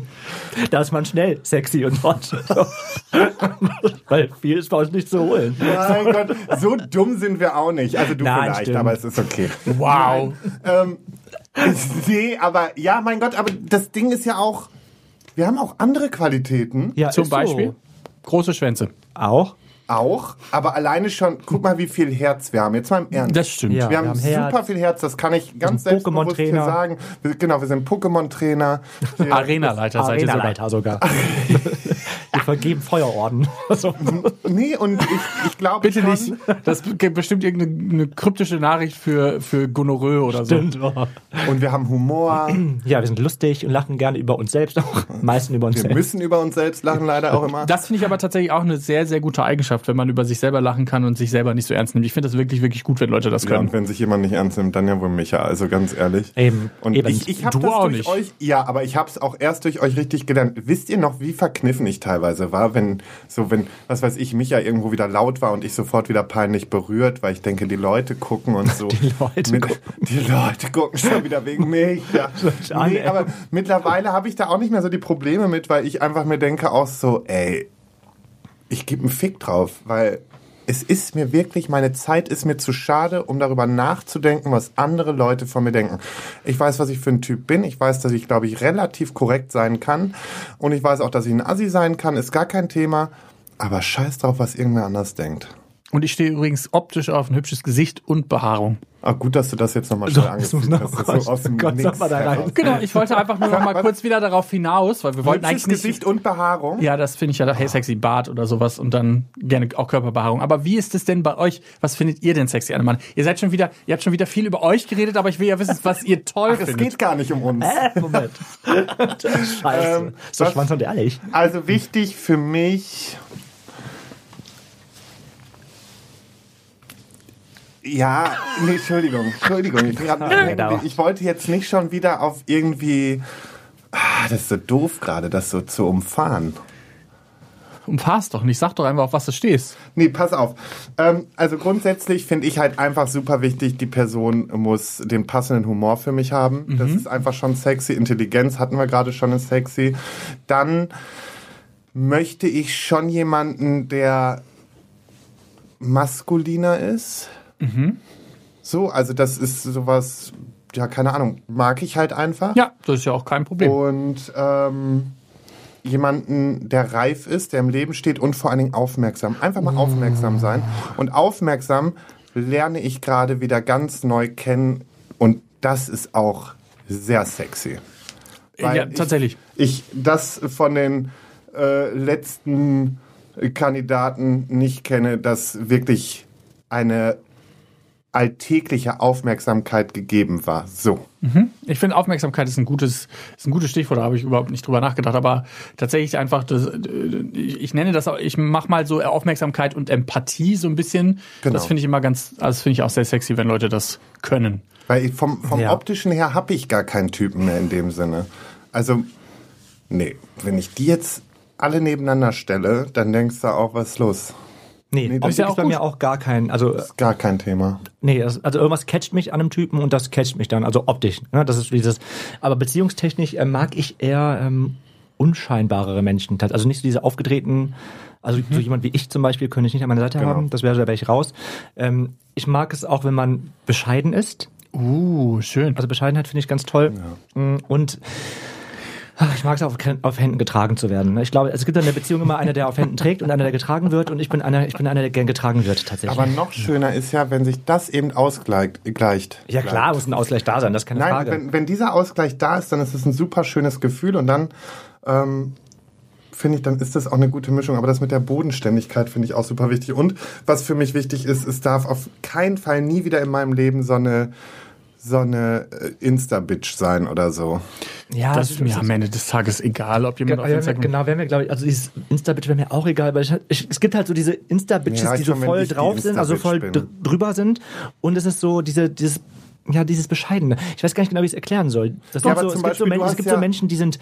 C: da ist man schnell sexy und hot. So. Weil viel ist bei uns nicht zu holen.
B: Mein Gott, so dumm sind wir auch nicht. Also du
C: Nein,
B: vielleicht,
C: stimmt.
B: aber es ist okay.
A: Wow.
B: Ähm, nee, aber ja, mein Gott, aber das Ding ist ja auch, wir haben auch andere Qualitäten.
C: Ja,
A: Zum
C: ist so.
A: Beispiel große Schwänze.
C: Auch.
B: Auch, aber alleine schon, guck mal, wie viel Herz wir haben. Jetzt mal im Ernst.
A: Das stimmt.
C: Ja.
B: wir haben,
C: wir haben
B: super
C: Herz.
B: viel Herz, das kann ich ganz
C: sind
B: selbstbewusst hier
C: Pokémon-Trainer.
B: sagen. Wir, genau, wir sind Pokémon-Trainer. Wir-
A: Arenaleiter seid ihr sogar.
C: Arenaleiter sogar. Wir vergeben Feuerorden. So.
B: Nee, und ich, ich glaube
A: Bitte
B: schon,
A: nicht. Das gibt bestimmt irgendeine eine kryptische Nachricht für, für Gonorrhoe oder so.
C: Stimmt. oh.
B: Und wir haben Humor.
C: Ja, wir sind lustig und lachen gerne über uns selbst auch. Meistens über uns
B: Wir
C: selbst.
B: müssen über uns selbst lachen, leider auch immer.
A: Das finde ich aber tatsächlich auch eine sehr, sehr gute Eigenschaft, wenn man über sich selber lachen kann und sich selber nicht so ernst nimmt. Ich finde das wirklich, wirklich gut, wenn Leute das
B: Ja,
A: können.
B: und wenn sich jemand nicht ernst nimmt, dann ja wohl Micha, also ganz ehrlich.
C: Eben,
B: Und
C: eben.
B: ich, ich habe
A: Du
B: das
A: auch
B: durch
A: nicht.
B: euch, ja, aber ich habe es auch erst durch euch richtig gelernt. Wisst ihr noch, wie verkniffen ich teilweise war, wenn so wenn, was weiß ich, Micha irgendwo wieder laut war und ich sofort wieder peinlich berührt, weil ich denke, die Leute gucken und so. Die
C: Leute
B: gucken. Die Leute gucken schon wieder wegen Micha.
C: an,
B: nee,
C: ey.
B: aber mittlerweile habe ich da auch nicht mehr so die Probleme mit, weil ich einfach mir denke auch so, ey, ich gebe einen Fick drauf, weil es ist mir wirklich, meine Zeit ist mir zu schade, um darüber nachzudenken, was andere Leute von mir denken. Ich weiß, was ich für ein Typ bin. Ich weiß, dass ich, glaube ich, relativ korrekt sein kann. Und ich weiß auch, dass ich ein Assi sein kann. Ist gar kein Thema. Aber scheiß drauf, was irgendwer anders denkt.
A: Und ich stehe übrigens optisch auf ein hübsches Gesicht und Behaarung.
B: Ach, Ah, gut, dass du das jetzt nochmal schnell
C: So, das muss
B: angefügt hast.
C: noch
B: Das ist
C: raus. Gott, sag
B: Nix
C: mal da rein.
B: heraus.
A: Genau, ich wollte einfach nur noch mal kurz wieder darauf hinaus, weil wir wollten
B: Hübsches
A: eigentlich nicht...
B: Gesicht und Behaarung.
A: Ja, das finde ich ja, hey, sexy Bart oder sowas und dann gerne auch Körperbehaarung. Aber wie ist es denn bei euch? Was findet ihr denn sexy an einem Mann? Ihr seid schon wieder, ihr habt schon wieder viel über euch geredet, aber ich will ja wissen, was ihr toll
B: Es
A: findet.
B: geht gar nicht um uns.
A: Äh.
C: Äh, Moment. Scheiße.
B: Ähm,
C: so
B: was-
C: schwanz und ehrlich.
B: Also wichtig für mich. Ja, nee, Entschuldigung, Entschuldigung. Ich, bin grad nicht hängen
A: genau.
B: geblieben. ich wollte jetzt nicht schon wieder auf irgendwie. Ah, das ist so doof gerade, das so zu umfahren.
A: Umfahr's doch nicht, sag doch einfach, auf was du stehst.
B: Nee, pass auf. Ähm, also grundsätzlich finde ich halt einfach super wichtig, die Person muss den passenden Humor für mich haben. Das ist einfach schon sexy. Intelligenz hatten wir gerade schon ist sexy. Dann möchte ich schon jemanden, der maskuliner ist. So, also das ist sowas, ja, keine Ahnung, mag ich halt einfach.
A: Ja, das ist ja auch kein Problem.
B: Und ähm, jemanden, der reif ist, der im Leben steht und vor allen Dingen aufmerksam. Einfach mal aufmerksam sein. Und aufmerksam lerne ich gerade wieder ganz neu kennen. Und das ist auch sehr sexy. Weil
A: ja,
B: ich-
A: tatsächlich.
B: Ich das von den äh, letzten Kandidaten nicht kenne, dass wirklich eine alltägliche Aufmerksamkeit gegeben war. So.
A: Ich finde, Aufmerksamkeit ist ein gutes, ist ein gutes Stichwort, da habe ich überhaupt nicht drüber nachgedacht, aber tatsächlich einfach, das, äh, ich ich nenne das, auch- ich mache mal so Aufmerksamkeit und Empathie so ein bisschen.
B: Genau.
A: Das finde ich immer ganz, also das finde ich auch sehr sexy, wenn Leute das können.
B: Weil ich vom, vom
C: Ja.
B: optischen her habe ich gar keinen Typen mehr in dem Sinne. Also, nee, wenn ich die jetzt alle nebeneinander stelle, dann denkst du auch, was ist los?
C: Nee,
B: Nee,
C: nee
B: das
A: ist ja
C: Optik ist
A: auch
C: bei
A: gut.
C: mir auch gar kein. Also,
B: Gar kein Thema.
C: nee, das- also irgendwas catcht mich an einem Typen und das catcht mich dann. Also optisch. Ne? Das ist dieses. Aber beziehungstechnisch äh, mag ich eher ähm, unscheinbarere Menschen. Also nicht so diese aufgedrehten. Also
B: Mhm.
C: so jemand wie ich zum Beispiel könnte ich nicht an meiner
B: Genau.
C: Seite haben. Das wäre, da wäre ich raus. Ähm, ich mag es auch, wenn man bescheiden ist.
A: Uh, schön.
C: Also Bescheidenheit finde ich ganz toll. Mm, Und ach, ich mag es auch, auf Händen getragen zu werden. ne? Ich glaube, es gibt in der Beziehung immer einer, der auf Händen trägt und einer, der getragen wird. Und ich bin einer, ich bin einer, der gern getragen wird tatsächlich.
B: Aber noch schöner ist ja, wenn sich das eben ausgleicht. Gleicht.
C: ja klar, muss ein Ausgleich da sein, das ist keine
B: Nein,
C: Frage.
B: wenn, wenn dieser Ausgleich da ist, dann ist es ein super schönes Gefühl und dann ähm, finde ich, dann ist das auch eine gute Mischung. Aber das mit der Bodenständigkeit finde ich auch super wichtig. Und was für mich wichtig ist, es darf auf keinen Fall nie wieder in meinem Leben so eine, so eine äh, Insta-Bitch sein oder so.
C: ja,
A: Das ist mir am Ende des Tages egal, ob jemand
C: Genau,
A: auf
C: wäre mir,
A: Instagram...
C: genau, wäre mir, glaube ich, also dieses Insta-Bitch wäre mir auch egal, weil ich, ich, es gibt halt so diese Insta-Bitches,
B: Mir reicht
C: die so
B: schon, wenn
C: voll
B: ich die
C: drauf sind, also voll
B: Insta-Bitch
C: dr drüber sind. Und es ist so diese, dieses, ja, dieses Bescheidene. Ich weiß gar nicht genau, wie ich es erklären soll. Das
B: Ja,
C: gibt
B: aber
C: so,
B: zum
C: es gibt, so,
B: Beispiel, du
C: Menschen, es
B: hast
C: gibt
B: ja-
C: so Menschen, die sind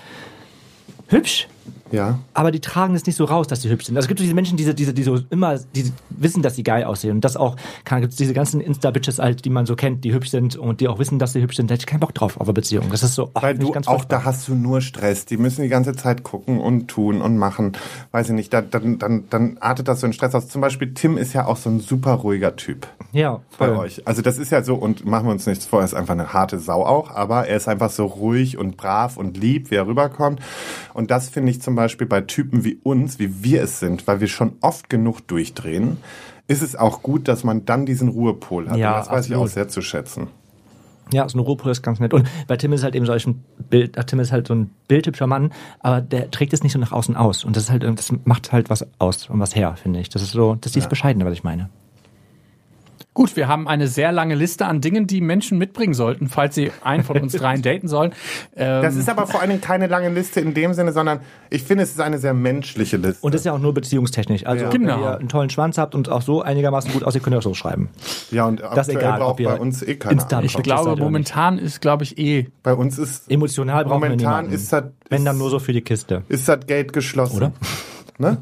C: hübsch,
B: Ja.
C: aber die tragen es nicht so raus, dass sie hübsch sind. Also es gibt so diese Menschen, die, so- die, so- die so immer, die wissen, dass sie geil aussehen. Und das auch, kann, gibt's diese ganzen Insta-Bitches halt, die man so kennt, die hübsch sind und die auch wissen, dass sie hübsch sind. Da hätte ich keinen Bock drauf auf eine Beziehung. Das ist so, ach,
B: Weil
C: find ich
B: du
C: ganz
B: auch
C: furchtbar.
B: da hast du nur Stress. Die müssen die ganze Zeit gucken und tun und machen. Weiß ich nicht, dann, dann, dann, dann artet das so in Stress aus. Zum Beispiel Tim ist ja auch so ein super ruhiger Typ
C: ja,
B: bei
C: voll.
B: euch. Also das ist ja so, und machen wir uns nichts vor, er ist einfach eine harte Sau auch, aber er ist einfach so ruhig und brav und lieb, wie er rüberkommt. Und das finde ich zum Beispiel bei Typen wie uns, wie wir es sind, weil wir schon oft genug durchdrehen, ist es auch gut, dass man dann diesen Ruhepol hat.
C: Ja,
B: und das weiß ich auch
C: absolut.
B: sehr zu schätzen.
C: Ja, so ein Ruhepol ist ganz nett. Und bei Tim ist halt eben solch ein Bild, äh, Tim ist halt so ein bildhübscher Mann, aber der trägt es nicht so nach außen aus. Und das ist halt, irgendwie- das macht halt was aus und was her, finde ich. Das ist so, das ist dieses Bescheidene, was ich meine.
A: Gut, wir haben eine sehr lange Liste an Dingen, die Menschen mitbringen sollten, falls sie einen von uns dreien daten sollen. Ähm,
B: Das ist aber vor allen Dingen keine lange Liste in dem Sinne, sondern ich finde, es ist eine sehr menschliche Liste.
C: Und das ist ja auch nur beziehungstechnisch. Also,
A: Genau.
C: wenn ihr einen tollen Schwanz habt und auch so einigermaßen gut aussieht, könnt ihr auch so schreiben.
B: ja, und
C: das
B: aktuell
C: egal, ob
B: braucht
C: ihr
B: bei uns eh
A: ich
B: keine
C: Insta-
B: Antwort.
C: das seid
A: glaube,
C: ihr
A: momentan ist, glaube ich, eh.
B: Bei uns ist
C: Emotional brauchen wir
B: momentan
C: niemanden.
B: ist das,
C: wenn
B: ist,
C: dann nur so für die Kiste.
B: ist das Gate geschlossen.
C: Oder?
B: Ne?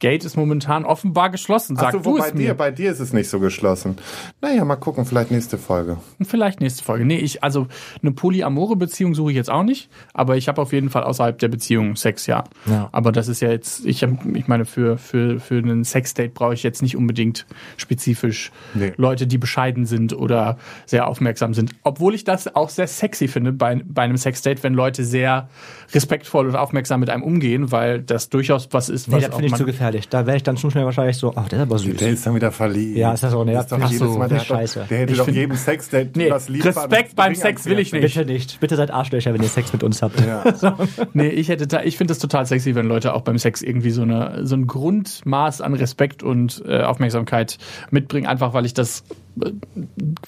A: Gate ist momentan offenbar geschlossen,
B: Ach
A: sag
B: so,
A: du
B: wobei
A: es
B: dir,
A: mir.
B: bei dir ist es nicht so geschlossen. Naja, mal gucken, vielleicht nächste Folge.
A: Vielleicht nächste Folge. Nee, ich, also eine polyamore Beziehung suche ich jetzt auch nicht, aber ich habe auf jeden Fall außerhalb der Beziehung Sex, ja.
C: Ja.
A: Aber das ist ja jetzt, ich, hab, ich meine, für, für, für einen Sexdate brauche ich jetzt nicht unbedingt spezifisch
B: Nee.
A: Leute, die bescheiden sind oder sehr aufmerksam sind. Obwohl ich das auch sehr sexy finde bei, bei einem Sexdate, wenn Leute sehr respektvoll und aufmerksam mit einem umgehen, weil das durchaus was ist,
C: Nee,
A: was
C: das
A: auch
C: finde ich
A: man-
C: zu gefährlich. Da wäre ich dann schon schnell wahrscheinlich so, ach, der ist aber süß.
B: ist dann wieder verliebt.
C: Ja, ist das auch, ne,
B: Das ist doch
C: ach
B: jedes
A: so,
B: Mal, der, hat
C: scheiße.
B: Doch, der hätte
A: Ich
B: doch
A: find-
B: jedem Sex, der
A: Nee,
B: was liebt,
A: Respekt beim Sex will ich nicht.
C: Bitte nicht. Bitte seid Arschlöcher, wenn ihr Sex mit uns habt.
A: Nee, ich hätte da, ich finde das total sexy, wenn Leute auch beim Sex irgendwie so, eine, so ein Grundmaß an Respekt und äh, Aufmerksamkeit mitbringen, einfach weil ich das äh,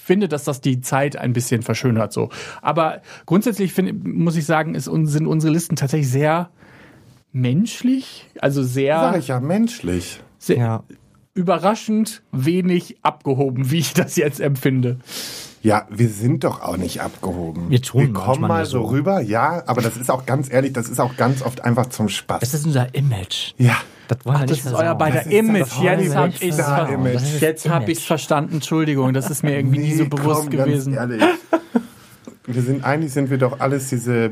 A: finde, dass das die Zeit ein bisschen verschönert so. Aber grundsätzlich find, muss ich sagen, ist, un- sind unsere Listen tatsächlich sehr menschlich, also
B: Sag
A: sehr,
B: ich ja, menschlich.
A: sehr
C: Ja.
A: überraschend wenig abgehoben, wie ich das jetzt empfinde.
B: Ja, wir sind doch auch nicht abgehoben.
C: Wir tun
B: Wir kommen
C: manchmal
B: mal
C: nur
B: so
C: so.
B: rüber, ja, aber das ist auch ganz ehrlich, das ist auch ganz oft einfach zum
C: Das
B: Spaß.
C: ist unser Image.
B: Ja.
C: Das wollen wir
A: Das
C: nicht
A: ist
C: versauen.
A: euer beider
B: Das ist
A: Image.
B: das
A: Jetzt habe ich
B: Hollywood-Star-Image.
C: Das ist
A: Jetzt
C: das
A: habe
C: Image.
A: ich verstanden. Entschuldigung, das ist mir irgendwie nie so
B: Nee,
A: bewusst
B: komm,
A: gewesen.
B: Ganz ehrlich. Wir sind, eigentlich sind wir doch alles diese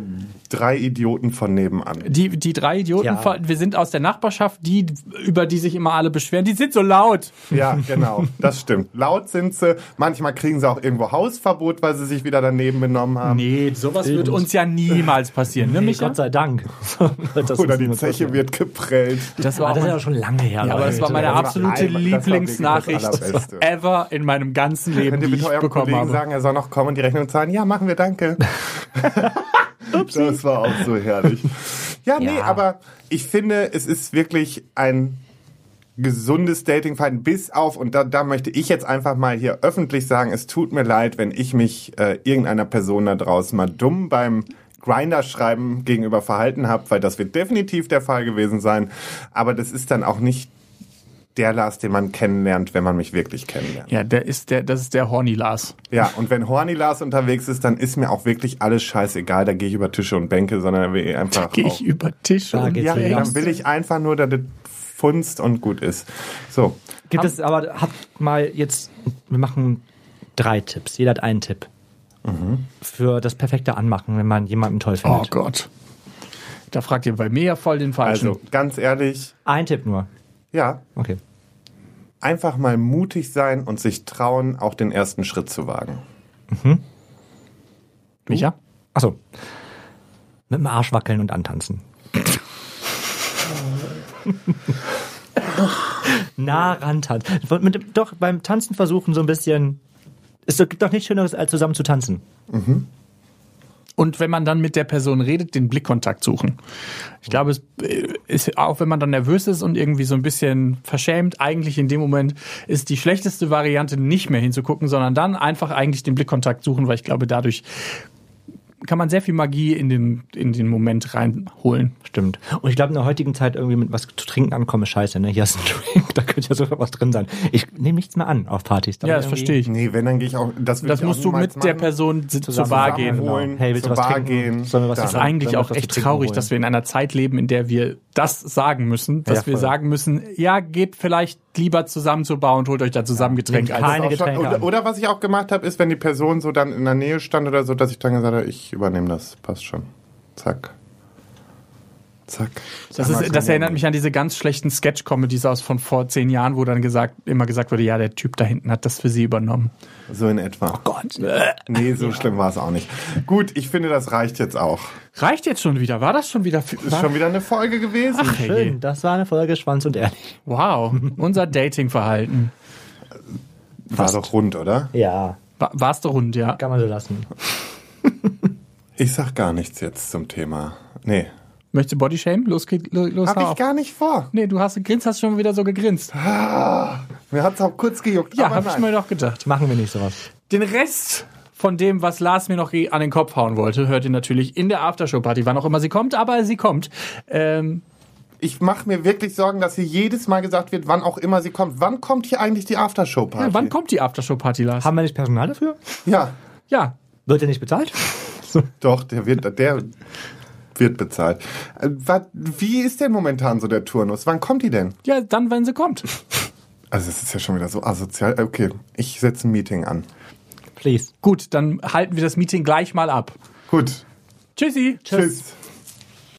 B: drei Idioten von nebenan.
A: Die, die drei Idioten,
C: Ja.
A: vor- wir sind aus der Nachbarschaft, die, über die sich immer alle beschweren. Die sind so laut.
B: Ja, genau, das stimmt. Laut sind sie, manchmal kriegen sie auch irgendwo Hausverbot, weil sie sich wieder daneben benommen haben.
A: Nee, sowas wird uns ja niemals passieren, ne,
C: Nee,
A: Micha?
C: Gott sei Dank. Das
B: Oder
C: ist
B: die
C: nur-
B: Zeche wird geprellt.
A: Das
C: Aber
A: war, auch
C: das ist ja
A: mein,
C: schon lange her.
A: aber das war meine
B: Das war
A: absolute
B: einmal- das war wirklich das
A: Lieblingsnachricht
B: Allerbeste.
A: ever in meinem ganzen Leben,
B: Könnt
A: die
B: ihr
A: ich
B: bitte eurem
A: bekommen
B: Kollegen
A: habe.
B: sagen, er soll noch kommen und die Rechnung zahlen? Ja, machen wir, danke. das war auch so herrlich. Ja, nee,
C: Ja.
B: aber ich finde, es ist wirklich ein gesundes Datingverhalten bis auf, und da, da möchte ich jetzt einfach mal hier öffentlich sagen, es tut mir leid, wenn ich mich äh, irgendeiner Person da draußen mal dumm beim Grinder-Schreiben gegenüber verhalten habe, weil das wird definitiv der Fall gewesen sein. Aber das ist dann auch nicht der Lars, den man kennenlernt, wenn man mich wirklich kennenlernt.
A: Ja, der ist der, das ist der Horny Lars.
B: Ja, und wenn Horny Lars unterwegs ist, dann ist mir auch wirklich alles scheißegal. Da gehe ich über Tische und Bänke, sondern dann will ich einfach.
A: Gehe
B: auch,
A: ich über Tisch
C: Da
A: und
C: geht's
B: ja,
C: Jetzt
B: dann
C: los.
B: will ich einfach nur, dass das funzt und gut ist. So.
C: Gibt es aber, habt mal jetzt, wir machen drei Tipps. Jeder hat einen Tipp. Für das perfekte Anmachen, wenn man jemanden toll
A: Oh
C: findet.
A: Gott. Da fragt ihr bei mir ja voll den Falschen.
B: Also, ganz ehrlich,
C: Ein Tipp nur.
B: ja,
C: Okay.
B: einfach mal mutig sein und sich trauen, auch den ersten Schritt zu wagen.
A: Micha?
C: Achso. Mit dem Arsch wackeln und antanzen. nah rantanzen. Mit- Doch, beim Tanzen versuchen so ein bisschen. Es gibt doch nichts Schöneres, als zusammen zu tanzen.
A: Und wenn man dann mit der Person redet, den Blickkontakt suchen. Ich glaube, es äh, ist, auch wenn man dann nervös ist und irgendwie so ein bisschen verschämt, eigentlich in dem Moment ist die schlechteste Variante, nicht mehr hinzugucken, sondern dann einfach eigentlich den Blickkontakt suchen, weil ich glaube, dadurch kann man sehr viel Magie in den, in den Moment reinholen.
C: Stimmt. Und ich glaube, in der heutigen Zeit irgendwie mit was zu trinken ankommen ist scheiße. Ne? Hier ist ein Drink, da könnte ja sogar was drin sein. Ich nehme nichts mehr an auf Partys.
A: Ja, das verstehe ich.
B: Nee, wenn, dann gehe ich auch. Das, würd
A: Das
B: ich auch
A: musst du
B: niemals
A: mit der
B: machen.
A: Person si- zur
C: Zusammen
A: Bar
C: zusammen
A: gehen.
B: holen.
A: Das
B: Genau.
C: Hey, willst du
B: Zur
C: was
B: Bar
C: trinken?
B: gehen.
C: Sollen wir was
B: Das
A: ist
B: Ja,
A: eigentlich
C: sollen wir
A: auch
C: was
A: echt
C: zu trinken
A: traurig,
C: holen?
A: dass wir in einer Zeit leben, in der wir das sagen müssen, dass
C: Ja,
A: wir
C: voll.
A: sagen müssen, ja, geht vielleicht lieber zusammen zur Bar und holt euch da zusammen Getränk.
C: nehmt
A: als-
C: keine
B: Auch schon,
C: Getränke an.
B: oder, oder was ich auch gemacht habe, ist, wenn die Person so dann in der Nähe stand oder so, dass ich dann gesagt habe, ich übernehme das, passt schon. Zack. Zack.
A: Das, ist, das erinnert mich an diese ganz schlechten Sketch-Comedies aus von vor zehn Jahren, wo dann gesagt, immer gesagt wurde, ja, der Typ da hinten hat das für sie übernommen.
B: So in etwa. Oh
A: Gott.
B: Nee, so schlimm war es auch nicht. Gut, ich finde, das reicht jetzt auch.
A: Reicht jetzt schon wieder? War das schon wieder? fi-
B: Ist schon wieder eine Folge gewesen.
A: Ach, herrje.
C: Schön, das war eine Folge Schwanz und Ehrlich.
A: Wow, unser Datingverhalten.
B: war doch rund, oder?
C: Ja,
A: Wa- War's doch rund, ja.
C: kann man so lassen.
B: Ich sag gar nichts jetzt zum Thema. Nee.
A: Möchtest du Bodyshame? Los, geht, lo- los,
B: Hab
A: hau
B: ich
A: auf.
B: gar nicht vor.
A: Nee, du hast gegrinst, hast schon wieder so gegrinst.
B: Mir hat's auch kurz gejuckt.
A: Ja,
B: aber
A: habe ich
B: nein.
A: mir doch gedacht.
C: Machen wir nicht sowas.
A: Den Rest von dem, was Lars mir noch eh an den Kopf hauen wollte, hört ihr natürlich in der Aftershow-Party, wann auch immer sie kommt, aber sie kommt. Ähm,
B: Ich mache mir wirklich Sorgen, dass hier jedes Mal gesagt wird, wann auch immer sie kommt. Wann kommt hier eigentlich die Aftershow-Party?
A: wann kommt die Aftershow-Party, Lars?
C: Haben wir nicht Personal dafür?
B: Ja,
A: ja,
C: Wird er nicht bezahlt?
B: doch, der wird, der wird bezahlt. Äh, wa- Wie ist denn momentan so der Turnus? Wann kommt die denn?
A: ja, dann, wenn sie kommt.
B: Also es ist ja schon wieder so asozial. Okay, ich setze ein Meeting an.
C: Please.
A: Gut, dann halten wir das Meeting gleich mal ab.
B: Gut,
A: Tschüssi.
B: tschüss.